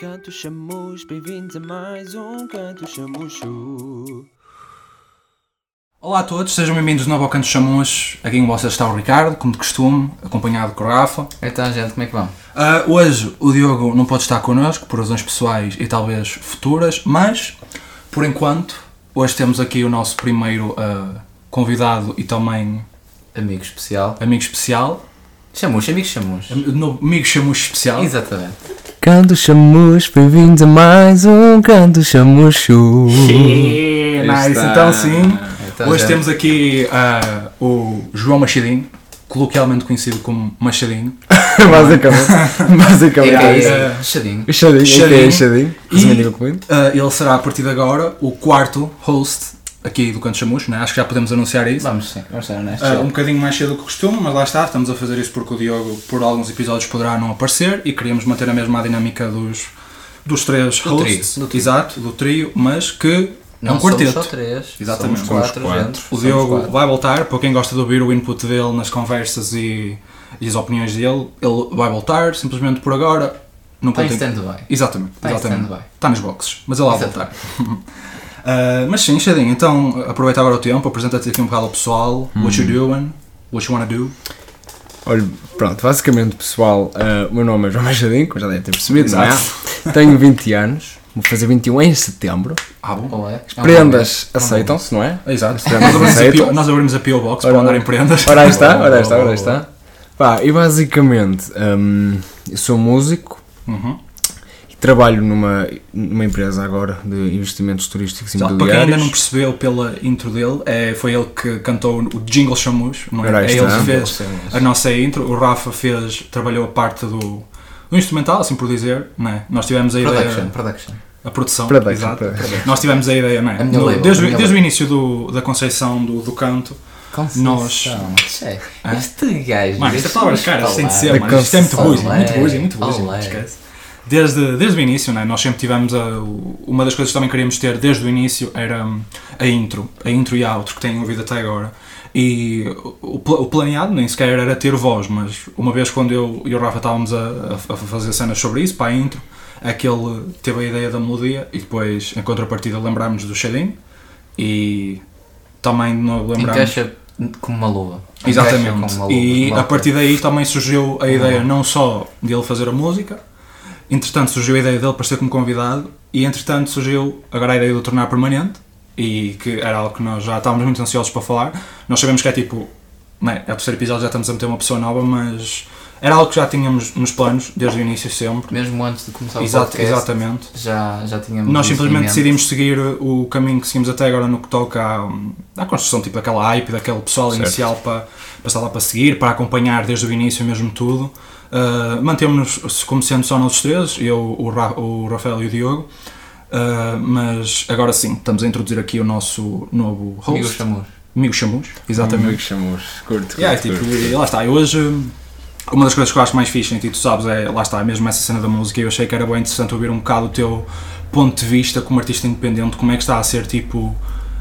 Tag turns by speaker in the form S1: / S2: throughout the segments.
S1: Canto Chamus, bem-vindos a mais um Canto Chamucho.
S2: Olá a todos, sejam bem-vindos de novo ao Canto Chamuns. Aqui em vocês está o Ricardo, como de costume, acompanhado com o Rafa.
S3: Então, gente, como é que vão?
S2: Ah, hoje o Diogo não pode estar connosco por razões pessoais e talvez futuras, mas por enquanto, hoje temos aqui o nosso primeiro ah, convidado e também
S3: Amigo especial.
S2: amigo especial,
S3: Chamus, amigos chamus.
S2: de novo, amigo chamus especial.
S3: Exatamente.
S1: Canto Chamus, bem-vindos a mais um Canto Chamucho.
S2: Yeah, nice,
S3: está.
S2: então sim.
S3: Então,
S2: hoje
S3: já-
S2: temos aqui ah, o João Machadinho, coloquialmente conhecido como Machadinho.
S1: basicamente.
S3: É que
S1: basicamente.
S3: é
S2: é.
S3: isso? Chadinho.
S1: O Xadinho, é que é
S2: Xadinho.
S1: o Xadinho?
S2: E-
S1: Resumindo muito.
S2: Ah, ele será a partir de agora o quarto host aqui do Canto Chamus, né? acho que já podemos anunciar isso.
S3: Vamos sim, vamos ser honestos.
S2: Ah, um bocadinho mais cedo do que costume, mas lá está, estamos a fazer isso porque o Diogo por alguns episódios poderá não aparecer e queríamos manter a mesma dinâmica dos, dos três
S3: Do
S2: hosts,
S3: trio, do trio.
S2: exato, do trio, mas que é
S3: não
S2: um quarteto.
S3: somos só três.
S2: Exatamente.
S3: Somos
S2: Somos
S3: quatro,
S4: quatro.
S3: gente.
S2: O
S3: Somos
S2: Diogo
S3: quatro.
S2: vai voltar, para quem gosta de ouvir o input dele nas conversas e, e as opiniões dele, ele vai voltar, simplesmente por agora. Não
S3: Está em
S2: contem-
S3: stand-by.
S2: Exatamente,
S3: Está Tá em
S2: exatamente.
S3: stand-by.
S2: Está nos boxes, mas ele vai
S3: Exato.
S2: voltar. Ah, mas sim, Xadinho, então aproveita agora o tempo, apresenta-te aqui um bocado ao pessoal. What you
S4: Hum.
S2: doing? What you wanna do?
S4: Olha, pronto, basicamente, pessoal, eh, o meu nome é João Machadinho, como já devem ter percebido, não
S2: Exato.
S4: é? Tenho 20 anos, vou fazer 21 em setembro.
S2: Ah, bom.
S3: Ou é? É um
S4: Prendas aceitam-se, não é?
S2: Exato.
S4: Exato.
S2: Nós abrimos, a
S4: Aceito.
S2: P.O. nós abrimos a P.O. Box
S4: Ora,
S2: para andar em prendas.
S4: Ora aí está,
S3: Boa,
S4: ora aí
S3: boa,
S4: está, ora
S3: boa,
S4: aí está. Pá, e basicamente, hum, eu sou músico
S2: Uhum.
S4: e trabalho numa, numa empresa agora de investimentos turísticos e
S2: Exato. Para quem ainda não
S4: imobiliários.
S2: percebeu pela intro dele, é, foi ele que cantou o Jingle Chamus, não
S4: Ora
S2: é?
S4: aí
S2: É ele
S4: está.
S2: que
S3: Jingle
S2: fez
S3: Chamus.
S2: a nossa intro. O Rafa fez, trabalhou a parte do, do instrumental, assim por dizer, não é? Nós tivemos a
S3: Production,
S2: ideia,
S3: production.
S2: a produção,
S4: Production,
S2: exato.
S4: production.
S2: Nós tivemos a ideia, não é?
S3: A minha
S2: No-
S3: label,
S2: desde
S3: a
S2: o-
S3: minha
S2: desde o
S3: label.
S2: início do- da concepção do, do canto, Nós- É.
S3: Che, Este gajo.
S2: Mano, isto é
S3: estas
S2: palavras caras, tem de ser,
S4: Da
S2: mano. Isto é muito
S4: Constituição.
S2: buzzy, muito buzzy, muito buzzy.
S3: Olé.
S2: Esquece. Desde, desde o início, né? nós sempre tivemos a, uma das coisas que também queríamos ter desde o início era hum, a intro, a intro e a outro que têm ouvido até agora. E o, pla- o planeado nem sequer era ter voz, mas uma vez quando eu e o Rafa estávamos a, a- a fazer cenas sobre isso, para a intro, é que ele teve a ideia da melodia e depois, em contrapartida, lembrámos do Shading e também não lembrámos.
S3: Encaixa como uma luva. Encaixa como
S2: Exatamente.
S3: uma luva,
S2: E
S3: como uma
S2: a partir daí também surgiu a ideia não só de ele fazer a música, entretanto surgiu a ideia dele aparecer como convidado e entretanto surgiu agora a ideia de o tornar permanente e que era algo que nós já estávamos muito ansiosos para falar. Nós sabemos que é tipo, não é, é o terceiro episódio já estamos a meter uma pessoa nova, mas era algo que já tínhamos nos planos desde o início sempre.
S3: Mesmo antes de começar o
S2: Exato,
S3: podcast,
S2: exatamente.
S3: Já, já tínhamos.
S2: Nós
S3: um
S2: simplesmente
S3: seguimento.
S2: decidimos seguir o caminho que seguimos até agora no que toca à, à construção, tipo aquela hype, daquele pessoal
S4: Certo.
S2: inicial para, para estar lá para seguir, para acompanhar desde o início mesmo tudo. Uh, Mantemos-nos como sendo só nós três, eu, o, Ra- o Rafael e o Diogo. Uh, mas agora sim, estamos a introduzir aqui o nosso novo
S3: Amigos
S2: host,
S3: chamus.
S2: Amigo Chamus, exatamente.
S4: Amigos chamus, curto,
S2: Yeah,
S4: curto,
S2: tipo,
S4: curto.
S2: e lá está, eu hoje hum, uma das coisas que eu acho mais fixe em ti, tu sabes, é lá está, mesmo essa cena da música, eu achei que era bem interessante ouvir um bocado o teu ponto de vista como artista independente, como é que está a ser tipo,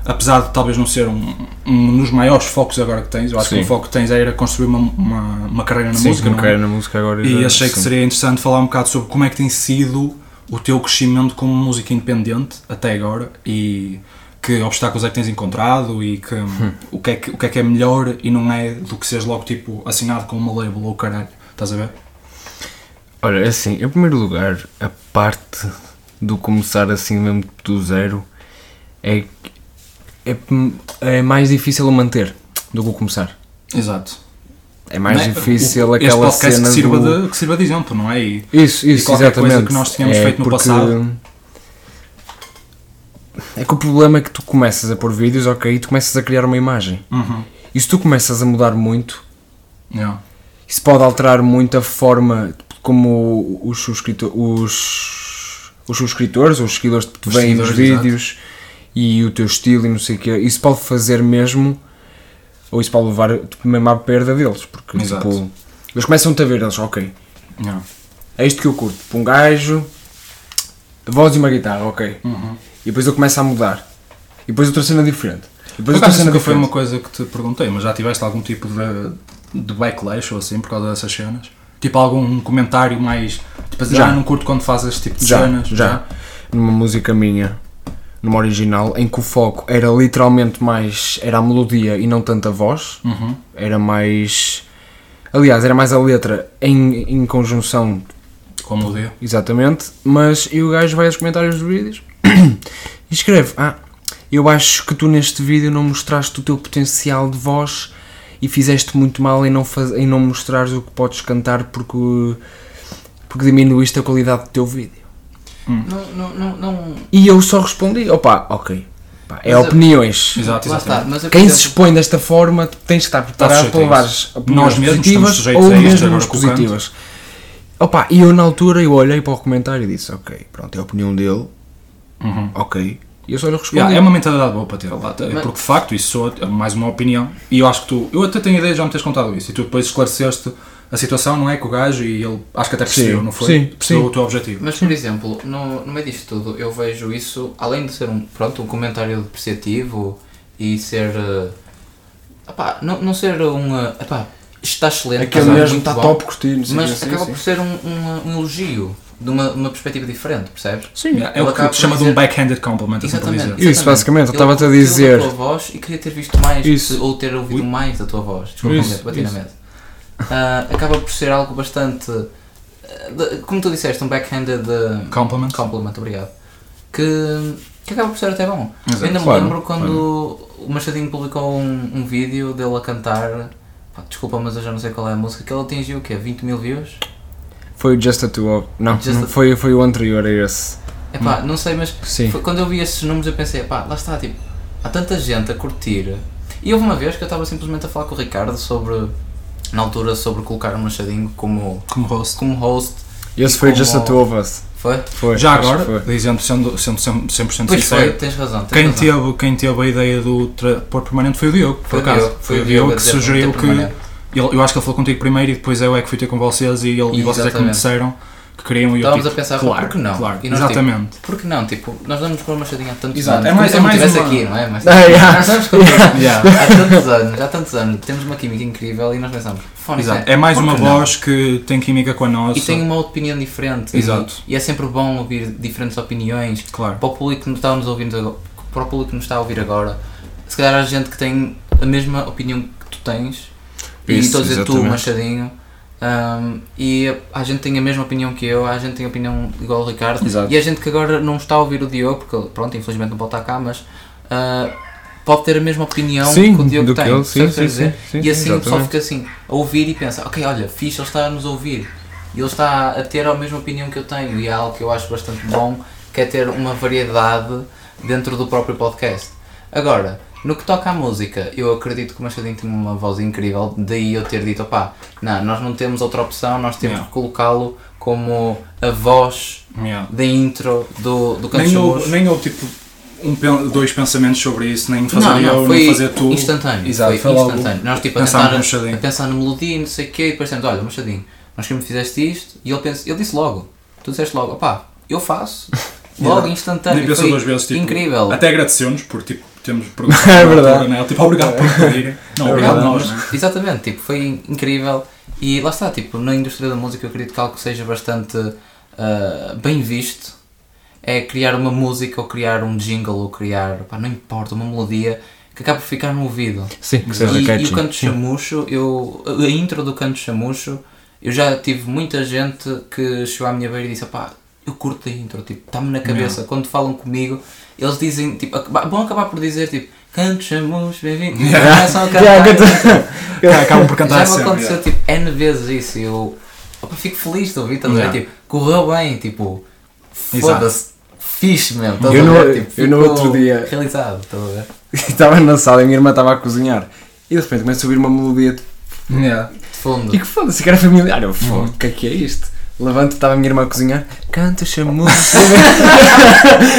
S2: apesar de talvez não ser um, um dos maiores focos agora que tens, eu acho que
S4: Sim.
S2: o foco que tens era construir uma, uma, uma carreira na
S4: Sim,
S2: música,
S4: como
S2: não é?
S4: cair na música agora.
S2: E
S4: já-
S2: achei que
S4: sim.
S2: seria interessante falar um bocado sobre como é que tem sido o teu crescimento como música independente até agora e que obstáculos é que tens encontrado e que,
S4: Hum.
S2: o, que é que o que é que é melhor e não é do que seres logo tipo assinado com uma label ou caralho. Estás a ver?
S4: Olha, é assim, em primeiro lugar, a parte do começar assim mesmo do zero é, que- é, é mais difícil a manter do que o começar.
S2: Exato.
S4: É mais
S2: Não é?
S4: difícil
S2: O- este
S4: aquela
S2: podcast
S4: cena
S2: que sirva,
S4: do...
S2: de, que sirva de exemplo, não é? E
S4: Isso, isso,
S2: qualquer coisa
S4: exatamente.
S2: que nós tínhamos feito no passado.
S4: É que o problema é que tu começas a pôr vídeos, ok, e tu começas a criar uma imagem.
S2: Uhum.
S4: E se tu começas a mudar muito,
S2: Yeah.
S4: isso pode alterar muito a forma como os subscritores, os, os subscritores, os seguidores que te
S2: Os
S4: veem nos
S2: seguidores, exato.
S4: vídeos e o teu estilo e não sei o quê. Isso pode fazer mesmo, ou isso pode levar tipo, mesmo à perda deles, porque
S2: Exato.
S4: tipo, eles começam-te a ver, eles, ok,
S2: Yeah.
S4: é isto que eu curto, tipo, um gajo, voz e uma guitarra, ok.
S2: Uhum.
S4: E depois eu começo a mudar, e depois outra cena diferente. E
S2: Por
S4: depois outra
S2: acaso
S4: cena
S2: nunca foi uma
S4: diferente.
S2: coisa que te perguntei, mas já tiveste algum tipo de, de backlash ou assim por causa dessas cenas? Tipo, algum comentário mais. Tipo, já
S4: Já.
S2: não curto quando faz este tipo de
S4: Já,
S2: cenas.
S4: já. Numa música minha, numa original, em que o foco era literalmente mais. era a melodia e não tanto a voz.
S2: Uhum.
S4: Era mais. Aliás, era mais a letra em, em conjunção,
S2: Com a melodia.
S4: exatamente. Mas e o gajo vai aos comentários dos vídeos e escreve: Ah, eu acho que tu neste vídeo não mostraste o teu potencial de voz e fizeste muito mal em não, faz, em não mostrares o que podes cantar porque, porque diminuíste a qualidade do teu vídeo.
S2: Hum.
S3: Não, não, não, não.
S4: E eu só respondi, opa, ok. Pá, é
S3: Mas eu-
S4: opiniões.
S2: Exato,
S3: Lá está,
S2: exatamente.
S3: mas eu, por
S4: Quem se
S3: exemplo,
S4: expõe desta forma tu tens de estar preparado
S2: Tá sujeito
S4: para
S2: a
S4: levar
S2: isso.
S4: opiniões
S2: Nós mesmos estamos
S4: positivas
S2: sujeitos
S4: ou
S2: a isto
S4: mesmo
S2: agora
S4: as
S2: com o Kant.
S4: positivas. Opa, e eu na altura eu olhei para o comentário e disse, ok, pronto, é a opinião dele,
S2: Uhum.
S4: ok. E eu só lhe respondi.
S2: Yeah, é uma mentalidade boa para ter lá, tá?
S3: Mas-
S2: porque de facto isso sou- é mais uma opinião e eu acho que tu, eu até tenho a ideia de já me teres contado isso e tu depois esclareceste a situação, não é? Com o gajo e ele acho que até percebeu,
S4: Sim,
S2: não foi?
S4: sim,
S2: percebeu
S4: sim.
S2: o teu objetivo.
S3: Mas, por exemplo, no, no meio disto tudo, eu vejo isso, além de ser um, pronto, um comentário depreciativo e ser. eh, epá, não, não ser um. eh, epá, está excelente, está
S4: Aquele É mesmo
S3: muito
S4: está
S3: bom,
S4: top curtir, não sei
S3: Mas
S4: o quê, assim,
S3: acaba
S4: sim,
S3: por
S4: sim.
S3: ser um, um, um elogio de uma, uma perspectiva diferente, percebes?
S4: Sim.
S2: Yeah, é
S3: Ele
S2: o que
S3: acaba por
S2: se chama de um
S3: dizer-
S2: backhanded compliment, assim para
S3: Exatamente.
S2: dizer.
S4: Isso, basicamente, eu
S3: Ele
S4: estava-te a
S3: curtiu
S4: dizer-
S3: da tua voz e queria ter visto mais,
S4: Isso.
S3: ou ter ouvido
S2: Ui.
S3: mais da tua voz. Desculpa,
S4: Isso,
S3: Pedro, bati na
S4: isso.
S3: mesa. Ah, acaba por ser algo bastante. ah, de- como tu disseste, um backhanded de
S2: Compliment.
S3: Um compliment, obrigado. Que, que acaba por ser até bom.
S2: Exato.
S3: Ainda me
S4: Claro,
S3: lembro quando o Machadinho publicou um, um vídeo dele a cantar. pá, Desculpa, mas eu já não sei qual é a música. Que ele atingiu o quê? 20 mil views?
S4: Foi o Just a Two of... Não,
S3: Just
S4: não
S3: a-
S4: foi, foi o anterior a esse.
S3: Epá,
S2: Hum.
S3: não sei, mas
S4: Sim.
S3: Foi- quando eu vi esses números eu pensei, pá, lá está, tipo, há tanta gente a curtir. E houve uma vez que eu estava simplesmente a falar com o Ricardo sobre, na altura, sobre colocar o Machadinho como,
S2: Como host.
S3: como host.
S4: Esse
S3: E
S4: foi o
S3: como-
S4: Just a Two of Us.
S3: Foi?
S4: Foi,
S2: Já
S4: acho que
S2: agora,
S4: foi.
S2: dizendo, sendo, sendo 100%,
S3: Pois foi,
S2: sincero,
S3: tens razão. Tens
S2: quem
S3: razão.
S2: teve, quem teve a ideia do tra- pôr permanente foi o Diogo, por
S3: Foi o
S2: acaso.
S3: Diogo, foi o Diogo a
S2: que
S3: dizer para
S2: sugeriu
S3: ter
S2: que.
S3: permanente.
S2: ele- eu acho que ele falou contigo primeiro e depois eu é que fui ter com vocês e, ele, e vocês é que me
S3: Exatamente.
S2: disseram que queriam e eu
S3: Estávamos
S2: tipo,
S3: a pensar,
S2: claro,
S3: por que não?
S2: Claro,
S3: E nós,
S2: exatamente.
S3: Porque não, tipo, nós damos com o Machadinho há tantos
S2: Exato,
S3: anos.
S2: é mais-
S3: como
S2: é
S3: se ele
S2: mais
S3: não
S2: uma-
S3: estivesse aqui, não é? Mas,
S4: Ah, yeah.
S3: Nós damos com o Machadinho
S2: Yeah.
S3: há tantos anos, há tantos anos. Temos uma química incrível e nós pensamos, fones,
S2: Exato. É mais
S3: por
S2: uma
S3: que não?
S2: voz que tem química com a nossa.
S3: e tem um uma opinião diferente.
S2: Exato.
S3: E, e é sempre bom ouvir diferentes opiniões.
S2: Claro.
S3: Para o público que nos está a nos ouvindo agora, para o público que nos está a ouvir agora, se calhar há gente que tem a mesma opinião que tu tens, e
S4: Isso,
S3: estou a dizer tu,
S4: exatamente.
S3: Machadinho, hum, e a gente que tem a mesma opinião que eu, há gente que tem a opinião igual ao Ricardo,
S4: Exato.
S3: e a gente que agora não está a ouvir o Diogo, porque pronto, infelizmente não pode estar cá, mas ah, pode ter a mesma opinião
S4: Sim,
S3: que o Diogo
S4: do que
S3: tem.
S4: ele,
S3: percebes o que
S4: sim,
S3: eu
S4: sim,
S3: quero dizer?
S4: sim, sim,
S3: e assim o pessoal
S4: exatamente.
S3: fica assim, a ouvir e pensa, ok, olha, fixe, ele está a nos ouvir. E ele está a ter a mesma opinião que eu tenho. E é algo que eu acho bastante bom, que é ter uma variedade dentro do próprio podcast. Agora, no que toca à música, eu acredito que o Machadinho tem uma voz incrível, daí eu ter dito, opá, não, nós não temos outra opção, nós temos
S2: Não.
S3: que colocá-lo como a voz
S2: Yeah.
S3: da intro do, do Cantos
S2: Nem houve,
S3: Chamus.
S2: nem houve tipo um pen- dois pensamentos sobre isso, nem fazer
S3: Não,
S2: eu, nem
S3: não, foi
S2: fazer tu.
S3: instantâneo.
S2: Exato,
S3: foi,
S2: foi logo
S3: instantâneo. Nós tipo a
S2: pensámos
S3: tentar,
S2: no Machadinho.
S3: a pensar na melodia, e não sei o quê, e depois temos, olha, Machadinho, nós queremos que fizeste isto, e ele, pensa, ele disse logo, tu disseste logo, opá, eu faço, logo
S2: Exato.
S3: instantâneo.
S2: Nem pensou
S3: foi
S2: duas vezes, tipo,
S3: incrível.
S2: Até agradeceu-nos por tipo, termos perguntado.
S4: É verdade. É
S2: à altura, né? Tipo, obrigado por pedirem. Não, obrigado a nós. né?
S3: Exatamente, tipo, foi incrível. E lá está, tipo, na indústria da música eu acredito que algo que seja bastante ah, bem visto é criar uma música ou criar um jingle ou criar, pá, não importa, uma melodia que acaba por ficar no ouvido.
S4: Sim, que seja
S3: E, e
S4: catchy.
S3: o canto chamucho, eu, a intro do canto chamucho, eu já tive muita gente que chegou à minha beira e disse: pá, eu curto a intro, tipo, está-me na cabeça. Quando falam comigo, eles dizem, tipo, ac- vão acabar por dizer, tipo, canto chamucho, bem-vindo. E Começam a cantar.
S4: Yeah, canto-
S2: Acabam por
S3: já
S2: cantar
S3: me
S2: sempre.
S3: aconteceu, tipo, N vezes isso. e Eu opa, fico feliz de ouvir, estás a ver?
S2: Yeah.
S3: Tipo, correu bem, tipo,
S2: Exato.
S3: foda-se. Fixe mesmo, estás
S4: Eu
S3: a
S4: no-
S3: ver? Tipo,
S4: eu no
S3: ficou
S4: outro dia-
S3: Realizado, estás a ver?
S4: Estava na sala e a minha irmã estava a cozinhar. E de repente começa a ouvir uma melodia de
S2: Yeah.
S3: De fundo.
S4: E que foda-se, que era familiar. Eu, foda o que é que é isto? Levanto, estava a minha irmã a cozinhar, canta, chamou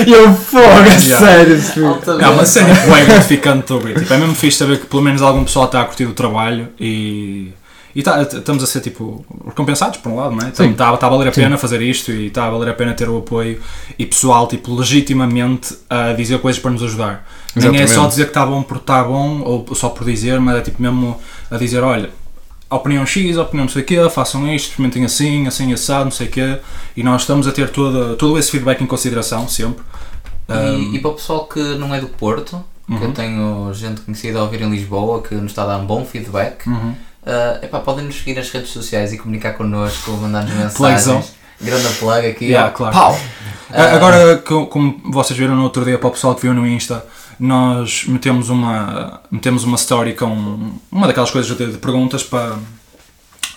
S4: E eu, foda
S2: Já.
S4: sério. se-
S3: Altamente.
S2: Não, mas isso é tipo bem gratificante de ouvir. Tipo, é mesmo fixe saber que pelo menos algum pessoal está a curtir o trabalho e. E tá- estamos a ser tipo recompensados por um lado, não é? Está a valer a pena fazer isto e está a valer a pena ter o apoio e pessoal tipo legitimamente a dizer coisas para nos ajudar. Ninguém é só
S4: Exatamente.
S2: tá dizer que está bom por estar bom ou só por dizer, mas é tipo mesmo a dizer, olha, opinião X, opinião não sei o quê, façam isto, experimentem assim, assim, assado, não sei o quê. E nós estamos a ter toda, todo esse feedback em consideração, sempre.
S3: E, e para o pessoal que não é do Porto,
S2: Uhum.
S3: que eu tenho gente conhecida a ouvir em Lisboa que nos está a dar um bom feedback,
S2: Uhum.
S3: ah, epá, podem nos seguir nas redes sociais e comunicar connosco, mandar-nos
S2: Plugzão.
S3: mensagens. Grande plug aqui.
S2: Yeah,
S3: ó.
S2: claro.
S3: Pau!
S2: A- Ah, Agora, co- como vocês viram no outro dia para o pessoal que viu no Insta, nós metemos uma, metemos uma story com uma daquelas coisas de, de perguntas para,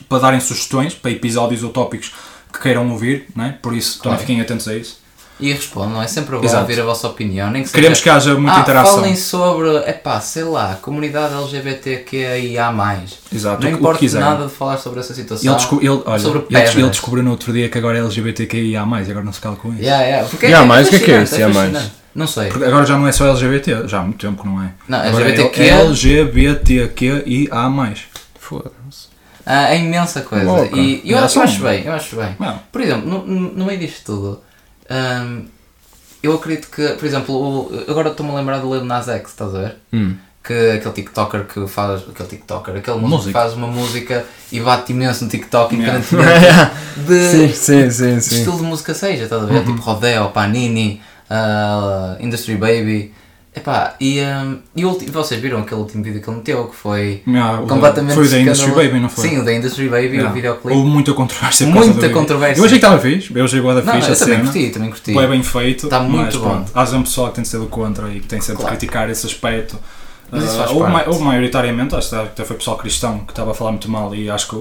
S2: para darem sugestões para episódios ou tópicos que queiram ouvir, né? por isso também
S3: Claro.
S2: fiquem atentos a isso.
S3: E respondam, é sempre bom
S2: Exato.
S3: ouvir a vossa opinião. Nem que seja-
S2: Queremos que haja muita
S3: ah,
S2: interação.
S3: Falem sobre, epá, sei lá, comunidade LGBTQIA.
S2: Exato,
S3: Não
S2: o que
S3: importa
S2: quiserem.
S3: nada de falar sobre essa situação.
S2: Ele, desco- ele- olha,
S3: sobre
S2: ele, des- ele
S3: pedras.
S2: descobriu no outro dia que agora é LGBTQIA, e agora não se cala com isso.
S3: Yeah, yeah. Porque
S4: Yeah, mas o que é que é
S3: fascinante,
S4: isso? Yeah, mas-
S3: fascinante. Não sei.
S2: Porque agora já não é só LGBT, já há muito tempo que não é.
S3: Não,
S2: Agora é
S3: LGBTQIA.
S2: LGBTQIA.
S4: Foda-se.
S3: Ah, é imensa coisa.
S4: Louca.
S3: E eu,
S2: Yeah,
S3: eu
S2: são-
S3: acho bem, eu acho bem.
S2: Não.
S3: Por exemplo, no, no no meio disto tudo, hum, eu acredito que, por exemplo, o- agora estou-me a lembrar do Lil Nas X, estás a ver? Que aquele TikToker que faz. Aquele TikToker, aquele músico que
S2: Músico.
S3: faz uma música e bate imenso no TikTok,
S2: Yeah.
S3: independentemente de,
S4: Sim, sim, sim,
S3: que
S4: sim.
S3: estilo de música seja, estás a ver? Tipo Rodeo, Panini, ah, Industry Baby. Epá, e, hum, e o ulti- vocês viram aquele último vídeo que ele meteu que foi
S2: Yeah, o da-
S3: completamente.
S2: Foi o da Industry
S3: escândalo-
S2: Baby, não foi?
S3: Sim, o da Industry Baby,
S2: Yeah.
S3: o videoclipe.
S2: Houve muita controvérsia. por causa
S3: Muita
S2: do vídeo.
S3: controvérsia.
S2: Eu achei que estava fixe, eu achei que estava
S3: Não,
S2: fixe a
S3: eu também
S2: cena.
S3: curti, também curti.
S2: Foi bem feito.
S3: Está muito
S2: mas,
S3: bom.
S2: Pronto, há sempre pessoal que tem de ser do contra e que tem sempre de
S3: Claro.
S2: criticar esse aspecto.
S3: Mas isso
S2: Ah,
S3: faz
S2: ou,
S3: parte.
S2: ma- ou maioritariamente, acho que até foi pessoal cristão que estava a falar muito mal e acho que.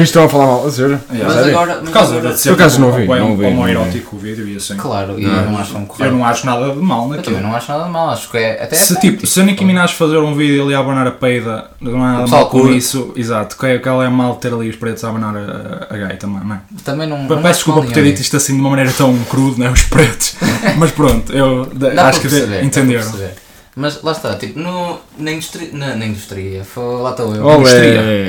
S2: eu-
S4: Só que estão a falar mal, a sério.
S2: Yeah.
S3: Mas agora-
S2: Por causa
S3: agora-
S2: de ser
S4: Por acaso não
S2: um-
S4: vi,
S2: é
S4: não
S2: um
S4: vi, não vi.
S2: homoerótico o vídeo e assim.
S3: Claro, e eu não acho um
S2: Eu
S3: correto.
S2: não acho nada de mal
S3: Eu
S2: naquilo.
S3: também não acho nada de mal, acho que é até.
S2: Se,
S3: é
S2: tipo,
S3: bem,
S2: se a Nicki Minaj fazer um vídeo ali a abanar a peida, não há
S3: O
S2: nada
S3: pessoal
S2: mal com
S3: curte.
S2: isso, exato, que, é- que ela é mal ter ali os pretos a abanar a, a gaita, mano, não é?
S3: também não. não
S2: Peço
S3: acho
S2: desculpa
S3: mal
S2: por ter
S3: nenhum.
S2: dito isto assim de uma maneira tão crude, não é? Os pretos. Mas pronto, eu de-
S3: Dá
S2: acho que
S3: para perceber, dá para
S2: entenderam.
S3: perceber. Mas lá está, tipo, no, na, industria, na, na industria, foi, lá estou eu.
S4: Olé.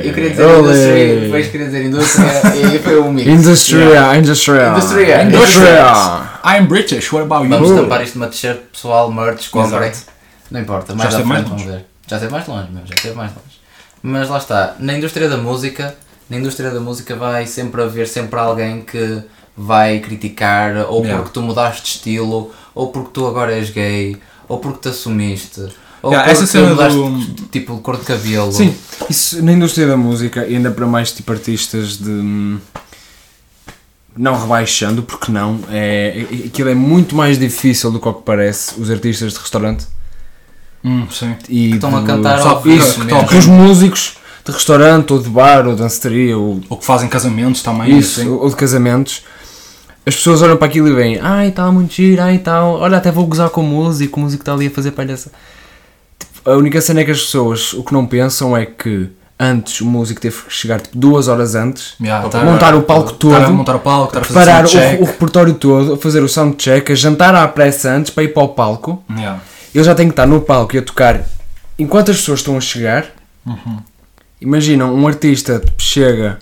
S2: É.
S3: Eu queria dizer
S4: Olé.
S3: indústria, depois queria dizer indústria e foi um mix.
S4: Industria, industria.
S3: Industria.
S4: Industria.
S2: I'm British, what about
S3: Vamos
S4: Uh.
S2: you?
S3: tampar isto numa t-shirt pessoal, merch, comprem.
S2: Exato.
S3: Não importa,
S2: Já
S3: mais à
S2: esteve mais
S3: frente vamos ver. Já esteve mais longe, meu, já esteve mais longe. Mas lá está, na indústria da música, na indústria da música vai sempre haver sempre alguém que vai criticar, ou
S2: Yeah.
S3: porque tu mudaste de estilo, ou porque tu agora és gay, ou porque te assumiste, ou
S2: Yeah, essa
S3: porque
S2: cena
S3: mudaste
S2: do-
S3: de tipo de cor de cabelo.
S4: Sim, isso na indústria da música e ainda para mais tipo artistas de. hum, Não rebaixando, porque não? É, é- aquilo é muito mais difícil do que o que parece. Os artistas de restaurante
S2: Hum, sim.
S4: e.
S3: estão a
S4: de-
S3: cantar
S2: só
S3: ao
S2: que-
S3: vivo
S2: que
S3: mesmo. é
S2: toca.
S4: Os músicos de restaurante ou de bar ou de danceteria ou
S2: Ou que fazem casamentos também,
S4: isso,
S2: assim.
S4: ou de casamentos, as pessoas olham para aquilo e veem, ai tal, muito giro, ai tal, olha, até vou gozar com o músico, o músico está ali a fazer palhaça. Tipo, a única cena é que as pessoas o que não pensam é que antes o músico teve que chegar tipo, duas horas antes,
S2: Yeah, tá-
S4: montar o palco
S2: tá-
S4: todo,
S2: tá a montar o palco, tá a fazer
S4: preparar
S2: soundcheck.
S4: o, o repertório todo, a fazer o soundcheck, a jantar à pressa antes para ir para o palco.
S2: Yeah.
S4: Ele já tem que estar no palco e a tocar enquanto as pessoas estão a chegar.
S2: Uhum.
S4: Imagina, um artista tipo, chega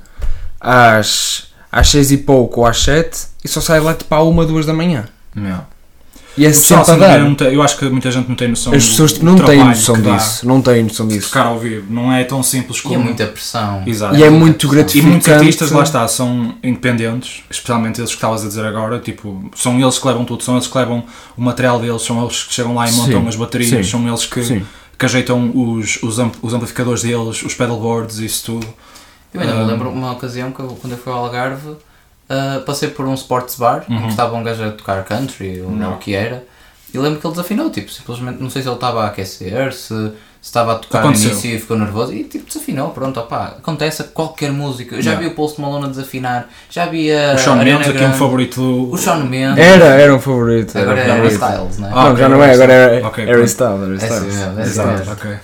S4: às, às seis e pouco ou às sete e só sai lá tipo à uma, duas da manhã.
S2: Yeah.
S4: E é
S2: O pessoal,
S4: sempre a
S2: assim,
S4: dar.
S2: não tem- eu acho que muita gente não tem noção
S4: As
S2: do-
S4: pessoas tipo,
S2: do
S4: não têm
S2: trabalho
S4: noção
S2: que dá
S4: disso. Não têm noção disso.
S2: Tocar ao vivo não é tão simples
S3: E
S2: como.
S3: é muita pressão.
S2: Exato.
S4: E é
S3: E
S4: muito
S2: E
S4: gratificante.
S2: muitos artistas, lá está, são independentes, especialmente eles que estavas a dizer agora, tipo, são eles que levam tudo, são eles que levam o material deles, são eles que chegam lá e montam
S4: Sim,
S2: as baterias,
S4: sim,
S2: são eles que,
S4: sim.
S2: que ajeitam os, os, ampl- os amplificadores deles, os pedalboards, isso tudo.
S3: Eu ainda me
S2: Ah.
S3: lembro uma ocasião que eu, quando eu fui ao Algarve, ah, passei por um sports bar
S2: Uhum.
S3: em que estava um gajo a tocar country, ou não. o que era, e lembro que ele desafinou, tipo, simplesmente, não sei se ele estava a aquecer, se, se estava a tocar
S2: Aconteceu.
S3: no início e ficou nervoso, e tipo, desafinou, pronto, opá, acontece a qualquer música. Eu já
S2: Yeah.
S3: vi o Post Malone a desafinar, já vi a
S2: O Sean
S3: Ariana
S2: Mendes, aqui é um
S3: Grande,
S2: favorito do.
S3: O Sean Mendes,
S4: Era, era um favorito.
S3: agora é
S4: era um
S3: Harry
S4: favorito.
S3: Styles, não é?
S2: Ah,
S4: Não,
S2: ok,
S4: já não é,
S2: Harry
S4: agora é
S2: Styles. Ok,
S4: Harry
S2: pronto.
S4: Styles. Harry
S3: É assim
S4: Styles.
S3: mesmo, é assim
S2: Exato,
S3: mesmo.
S2: ok.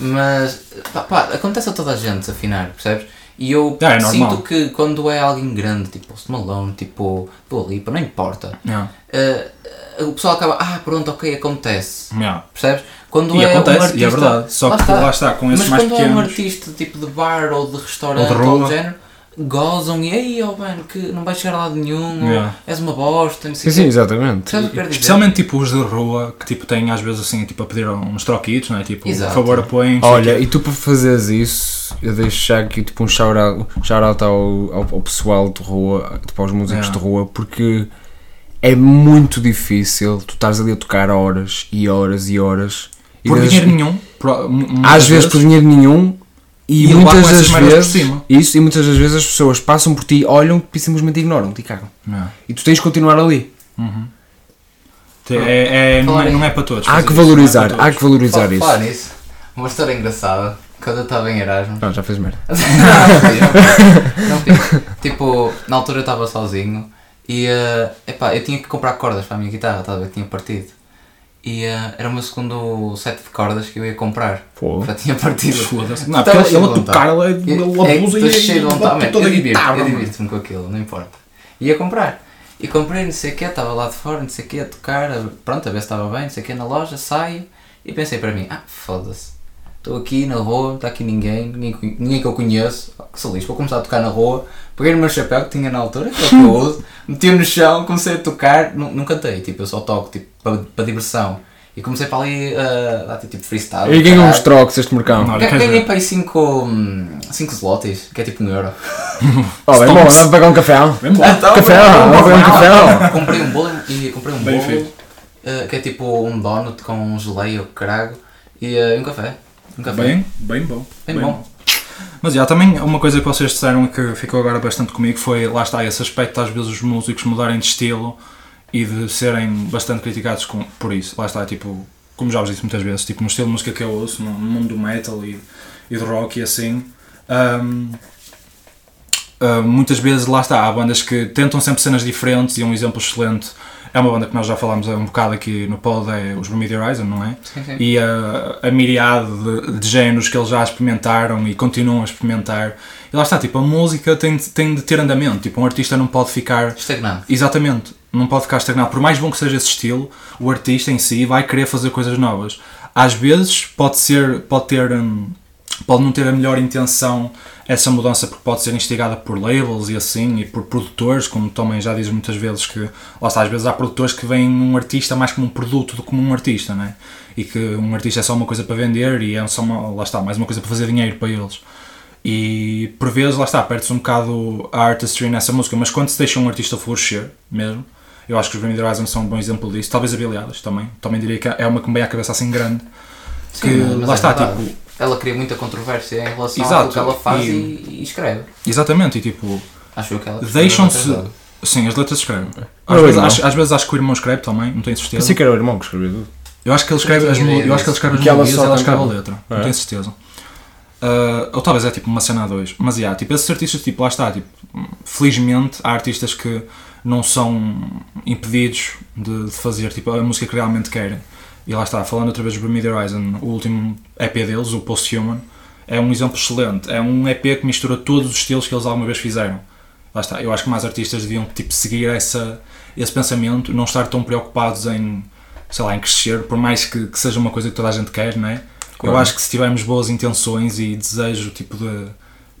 S3: Mas pá, pá, acontece a toda a gente desafinar, percebes? E eu
S2: Ah, é normal.
S3: sinto que quando é alguém grande, tipo Post Malone, tipo Dua Lipa, não importa,
S2: Yeah,
S3: eh, eh, o pessoal acaba, ah, pronto, ok, acontece,
S2: yeah.
S3: percebes? Quando
S2: E
S3: é
S2: acontece,
S3: um artista,
S2: e é verdade, só que lá está, com esses
S3: Mas
S2: mais
S3: quando é um
S2: pequenos-
S3: artista tipo de bar ou de restaurante
S2: Ou de
S3: ou,
S2: rua.
S3: de género, gozam e aí, oh mano, que não vais chegar a lado nenhum, ou
S2: Yeah.
S3: és uma bosta, não sei
S4: Sim,
S3: o
S4: sim,
S3: quê.
S4: exatamente.
S3: Sabes o que quero dizer?
S2: Especialmente tipo os de rua que tipo têm às vezes assim tipo a pedir uns troquitos, não é? Tipo,
S3: Exato.
S2: por favor apoiem.
S4: Olha, e tu para fazeres isso, eu deixo já aqui tipo um shout-out shout-out ao, ao, ao pessoal de rua, tipo aos músicos
S2: É.
S4: de rua, porque é muito difícil tu estás ali a tocar horas e horas e horas. e
S2: por
S4: das-
S2: dinheiro nenhum. por- mu- muitas
S4: às vezes por dinheiro nenhum e,
S2: E levar com
S4: muitas das
S2: essas merdas por
S4: vezes
S2: cima.
S4: isso e muitas das vezes as pessoas passam por ti olham e simplesmente ignoram te e cagam
S2: Yeah.
S4: e tu tens de continuar
S2: Tipo,
S4: ali
S2: É, é- não,
S3: Falar
S2: é,
S3: em-
S2: não é para todos.
S4: há
S2: fazer
S4: que
S2: isso, não é
S4: valorizar
S2: para
S4: há
S2: todos.
S4: que valorizar
S3: Fala-
S4: isso
S3: falar nisso. Uma história engraçada, quando eu estava em Erasmus.
S4: Pronto, já fez merda
S3: não, fiz, não fiz. Tipo, na altura eu estava sozinho e eh, epá, eu tinha que comprar cordas para a minha guitarra, estás a ver? Tinha partido. E eh, era o meu segundo set de cordas que eu ia comprar.
S4: Pô.
S3: Já tinha partido.
S2: Foda-se. Não,
S3: Tu estavas
S2: porque ele
S3: cheio
S2: a
S3: de
S2: tocar, ele,
S3: Eu-
S2: ele abusa
S3: é,
S2: e
S3: estou cheio de vontade,
S2: bate
S3: mano.
S2: toda
S3: Eu
S2: a guitarra.
S3: divirto- eu
S2: mano.
S3: divirto-me com aquilo, não importa. Ia comprar. E comprei, não sei o quê, estava lá de fora, não sei o quê, a tocar, a- pronto, a ver se estava bem, não sei o quê, na loja, saio e pensei para mim, ah, foda-se, estou aqui na rua, não está aqui ninguém, ninguém, conhe- ninguém que eu conheço, oh, que lixo, vou começar a tocar na rua, peguei no meu chapéu que tinha na altura, que é o que eu uso, meti-o no chão, comecei a tocar, não, não cantei, tipo, eu só toco, tipo, para, para diversão. E comecei para ali a dar tipo freestyle.
S4: e quem
S3: caralho.
S4: uns trocos este mercão
S2: Ah, Não,
S4: não,
S2: Olha, queres
S3: Ganhei
S2: ver?
S3: para aí 5 zlotys, que é tipo um euro.
S4: oh, bem bom, vamos pagar um café ó.
S2: Vem embora.
S4: café ó, vamos pagar um café ó.
S3: comprei um bolo e comprei um
S2: Bem
S3: bolo
S2: feito.
S3: eh, que é tipo um donut com um geleia ou carago e eh, um café. Um café.
S2: Bem, bem bom.
S3: Bem bom.
S2: Mas já, também uma coisa que vocês disseram que ficou agora bastante comigo foi, lá está, esse aspecto às vezes os músicos mudarem de estilo e de serem bastante criticados com- por isso. Lá está, tipo, como já vos disse muitas vezes, tipo, no estilo de música que eu ouço, no mundo do metal e, e do rock e assim, hum, Uh, muitas vezes lá está, há bandas que tentam sempre cenas diferentes e um exemplo excelente é uma banda que nós já falámos há um bocado aqui no pod, é os Bermuda Horizon, não é?
S3: Sim, sim.
S2: E a, a miriade de, de géneros que eles já experimentaram e continuam a experimentar. E lá está, tipo, a música tem de, tem de ter andamento, tipo, um artista não pode ficar
S3: Estagnado.
S2: Exatamente, não pode ficar estagnado. Por mais bom que seja esse estilo, o artista em si vai querer fazer coisas novas. Às vezes pode ser, pode ter, hum, pode não ter a melhor intenção essa mudança porque pode ser instigada por labels e assim e por produtores, como também já diz muitas vezes que, lá está, às vezes há produtores que veem um artista mais como um produto do que como um artista, não é? E que um artista é só uma coisa para vender e é só uma, lá está, mais uma coisa para fazer dinheiro para eles. E por vezes, lá está, perdes um bocado a artistry nessa música, mas quando se deixa um artista florescer, mesmo, eu acho que os Bring Horizon são um bom exemplo disso. Talvez a Billie Eilish também, também diria que é uma que me vem à cabeça assim grande.
S3: Sim,
S2: que
S3: mas
S2: lá
S3: é
S2: está,
S3: verdade.
S2: tipo-
S3: Ela cria muita controvérsia em relação
S2: Exato,
S3: ao que ela faz
S2: e-
S3: e, e escreve.
S2: Exatamente, e tipo,
S3: Acho eu que ela escreve
S2: deixam-se.
S3: outras coisas.
S2: Sim, as letras escrevem.
S4: Não,
S2: Às vezes,
S4: não.
S2: acho, às vezes acho que o irmão escreve também, não tenho certeza.
S4: pensei que era o irmão que escreveu tudo
S2: Eu acho que ele escreve
S3: Não
S2: as,
S3: tinha
S2: mel-
S3: ideia
S2: eu acho que ele
S3: disso.
S2: escreve as
S4: é Que ela
S2: melodias e
S4: só
S2: ela escreve a
S4: cantava.
S2: letra.
S4: É.
S2: Não tenho certeza. Ah, ou talvez é tipo uma cena a dois. Mas yeah, tipo, esses artistas, tipo, lá está. Tipo, felizmente há artistas que não são impedidos de, de fazer tipo, a música que realmente querem. E lá está, falando outra vez do Bermuda Horizon, o último EP deles, o Post Human, é um exemplo excelente. É um EP que mistura todos os estilos que eles alguma vez fizeram. Lá está, eu acho que mais artistas deviam tipo, seguir essa, esse pensamento, não estar tão preocupados em, sei lá, em crescer, por mais que, que seja uma coisa que toda a gente quer, não é?
S4: Claro.
S2: Eu acho que se tivermos boas intenções e desejo tipo de,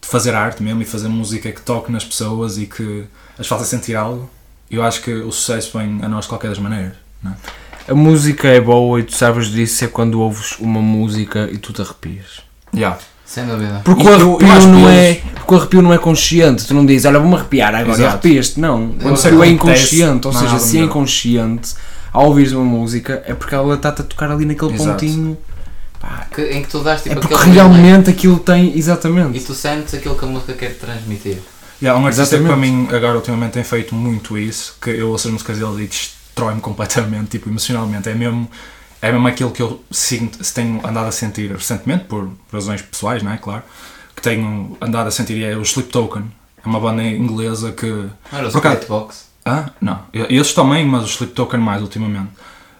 S2: de fazer arte mesmo e fazer música que toque nas pessoas e que as faça sentir algo, eu acho que o sucesso vem a nós de qualquer das maneiras. Não é?
S4: a música é boa e tu sabes disso é quando ouves uma música e tu te arrepias
S2: Yeah.
S3: Sem dúvida.
S4: Porque
S2: E
S4: o,
S2: eu- eu
S4: arrepio
S2: acho
S4: não
S2: que
S4: é, porque o arrepio não é consciente, tu não dizes, olha, vou-me arrepiar agora, e
S2: Exato.
S4: arrepias-te, não. O
S3: sei
S4: arrepio é
S2: acontece,
S4: inconsciente, ou
S2: não há
S4: seja,
S2: nada
S4: se é
S2: melhor.
S4: inconsciente, ao ouvires uma música, é porque ela está-te a tocar ali naquele
S2: Exato.
S4: pontinho,
S3: Que- em que tu dás tipo
S4: é porque
S3: aquele feeling
S4: realmente aquilo tem,
S3: e
S4: exatamente.
S3: tu sentes aquilo que a música quer transmitir.
S2: Yeah, um artista que para
S4: Exatamente.
S2: mim agora ultimamente tem feito muito isso, que eu ouço as músicas dele e destrói-me completamente, tipo, emocionalmente. É mesmo, é mesmo aquilo que eu sinto, se tenho andado a sentir recentemente, por razões pessoais, não é? Claro, que tenho andado a sentir e é o Sleep Token. É uma banda inglesa que.
S3: Não era o
S2: Por acaso-
S3: Spirit Box.
S2: Ah, não. Esses também, mas o Sleep Token mais ultimamente.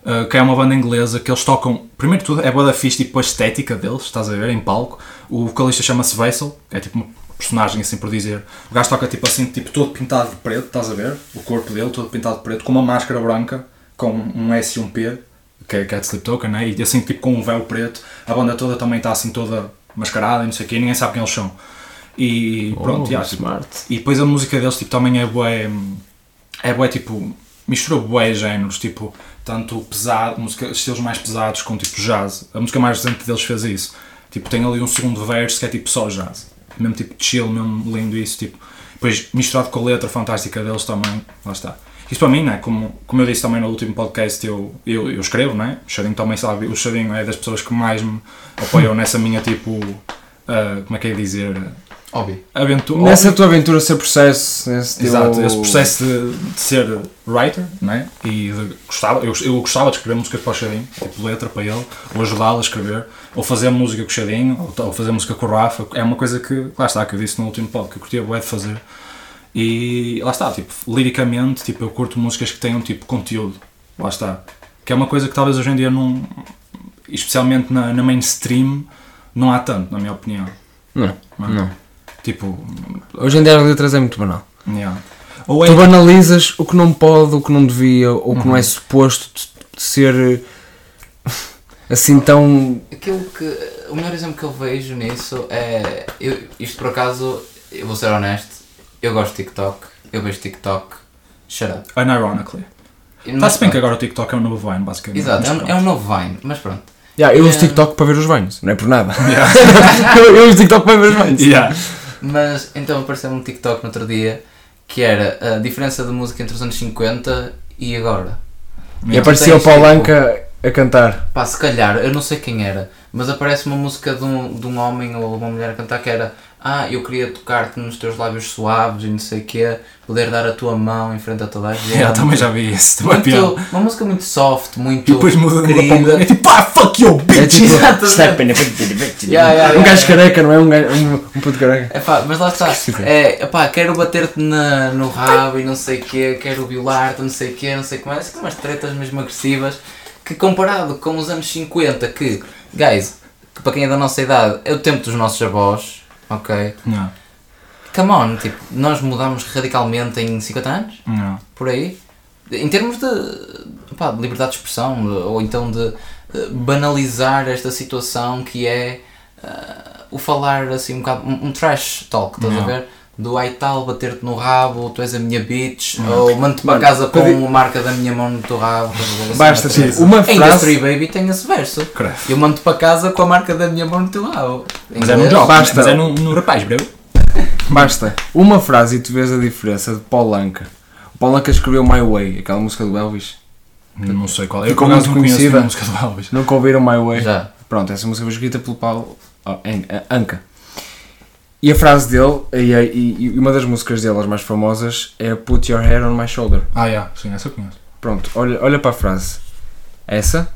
S2: Uh, que é uma banda inglesa que eles tocam, primeiro de tudo, é boa da fixe, tipo a estética deles, estás a ver, em palco. O vocalista chama-se Vessel, que é tipo uma personagem assim por dizer. O gajo toca tipo assim, tipo todo pintado de preto, estás a ver? O corpo dele todo pintado de preto, com uma máscara branca, com um S e um P, que é, que é de Sleep Token, né? E assim, tipo com um véu preto. A banda toda também está assim toda mascarada e não sei o quê, e ninguém sabe quem eles são. E pronto,
S4: Oh,
S2: já, tipo,
S4: smart.
S2: e depois a música deles tipo, também é bué, é bué tipo, mistura bué géneros, tipo, tanto pesado, música, estilos mais pesados com tipo jazz. A música mais recente deles fez isso. Tipo, tem ali um segundo verso que é tipo só jazz. Mesmo tipo chill, mesmo lindo isso, tipo. Depois misturado com a letra fantástica deles também, lá está. Isso para mim, né, como, como eu disse também no último podcast, eu, eu, eu escrevo, né? O Xadinho também sabe, o Xadinho é das pessoas que mais me apoiam nessa minha, tipo, ah, como é que é de dizer,
S3: Óbvio.
S2: aventura.
S4: Nessa tua aventura, ser processo, nesse teu-
S2: Exato, esse processo de, de ser writer, né? E de- gostava, eu, eu gostava de escrever músicas para o Xadinho, tipo letra para ele, ou ajudá-lo a escrever, ou fazer música com o Xadinho, ou, t- ou fazer música com o Rafa, é uma coisa que, lá está, que eu disse no último pod, que eu curtia bué de fazer. E lá está, tipo, liricamente, tipo, eu curto músicas que tenham, tipo, conteúdo, lá está. Que é uma coisa que talvez hoje em dia não, especialmente na, na mainstream, não há tanto, na minha opinião. é?
S4: Não, não.
S2: Tipo,
S4: Hoje em dia as letras é muito banal.
S2: yeah. Ou é-
S4: Tu banalizas o que não pode, o que não devia, ou o que não é
S3: Uhum.
S4: suposto de- de ser eh, assim tão.
S3: Aquilo que. O melhor exemplo que eu vejo nisso é. Eu, isto por acaso, eu vou ser honesto, eu gosto de TikTok, eu vejo TikTok, shut up.
S2: Unironically. Está-se bem que agora o TikTok é um novo Vine, basicamente.
S3: Exato,
S2: Mas
S3: é um,
S2: pronto.
S3: é um novo Vine, mas pronto.
S4: Yeah, eu uso
S3: Eh,
S4: TikTok para ver os banhos, não é por nada. eu, eu uso TikTok para ver os banhos.
S2: Yeah.
S3: Mas então apareceu-me um TikTok no outro dia que era a diferença de música entre os anos 50 e agora.
S4: E aparecia o
S3: Tens,
S4: Paulo
S3: tipo,
S4: Anca a cantar.
S3: Pá, se calhar, eu não sei quem era, mas aparece uma música de um, de um homem ou uma mulher a cantar que era Ah, eu queria tocar-te nos teus lábios suaves e não sei o quê, poder dar a tua mão em frente a toda a gente.
S2: Yeah, também já vi isso. Também é piada.
S3: muito, uma música muito soft, muito
S2: E depois muda muda para
S3: querida.
S2: um É tipo, pá, fuck you,
S4: É
S2: bitch!
S4: tipo.
S3: Exatamente.
S4: Step in the back-
S3: Yeah, yeah, yeah,
S4: Um gajo
S3: yeah.
S4: careca, não é? Um, gajo, um, um puto careca.
S3: Epá, mas lá está, é, epá, quero bater-te na- no rabo e não sei o quê, quero violar-te, não sei o quê, não sei o que mais, umas tretas mesmo agressivas, que comparado com os anos 50, que, guys, que para quem é da nossa idade, é o tempo dos nossos avós, ok?
S2: Não,
S3: Come on, tipo, nós mudámos radicalmente em 50 anos,
S2: não.
S3: por aí, em termos de, epá, de liberdade de expressão, ou então de eh, banalizar esta situação que é ah, o falar assim um bocado, um, um trash talk, estás
S2: Não.
S3: a ver? Do ai tal, bater-te no rabo, tu és a minha bitch, ou mando-te para
S4: Mano,
S3: casa com
S4: pedi-
S3: a marca da minha mão no teu rabo. estás a ver? Assim,
S4: Basta,
S3: uma
S4: tipo,
S3: coisa.
S4: uma
S3: Em Industry
S4: frase.
S3: Baby tem esse verso.
S2: Credo.
S3: Eu mando-te para casa com a marca da minha mão no teu rabo.
S2: Mas é num
S3: Entendeu?
S2: job,
S4: Basta.
S2: mas é num, num rapaz, bro.
S4: Basta. Uma frase e tu vês a diferença de Paulo Anca. O Paulo Anca escreveu My Way, aquela música do Elvis.
S2: Não sei qual é. Eu
S4: Ficou
S2: por acaso não
S4: muito
S2: conheço
S4: conhecida.
S2: a música do Elvis.
S4: Nunca ouviram My Way?
S3: Já.
S4: Pronto, essa música foi escrita pelo Paulo oh, An- a- Anca. E a frase dele, e, a- e- e uma das músicas dele, as mais famosas, é Put Your Head on My Shoulder.
S2: Ah, yeah, sim, essa eu conheço.
S4: Pronto, olha, olha para a frase. Essa.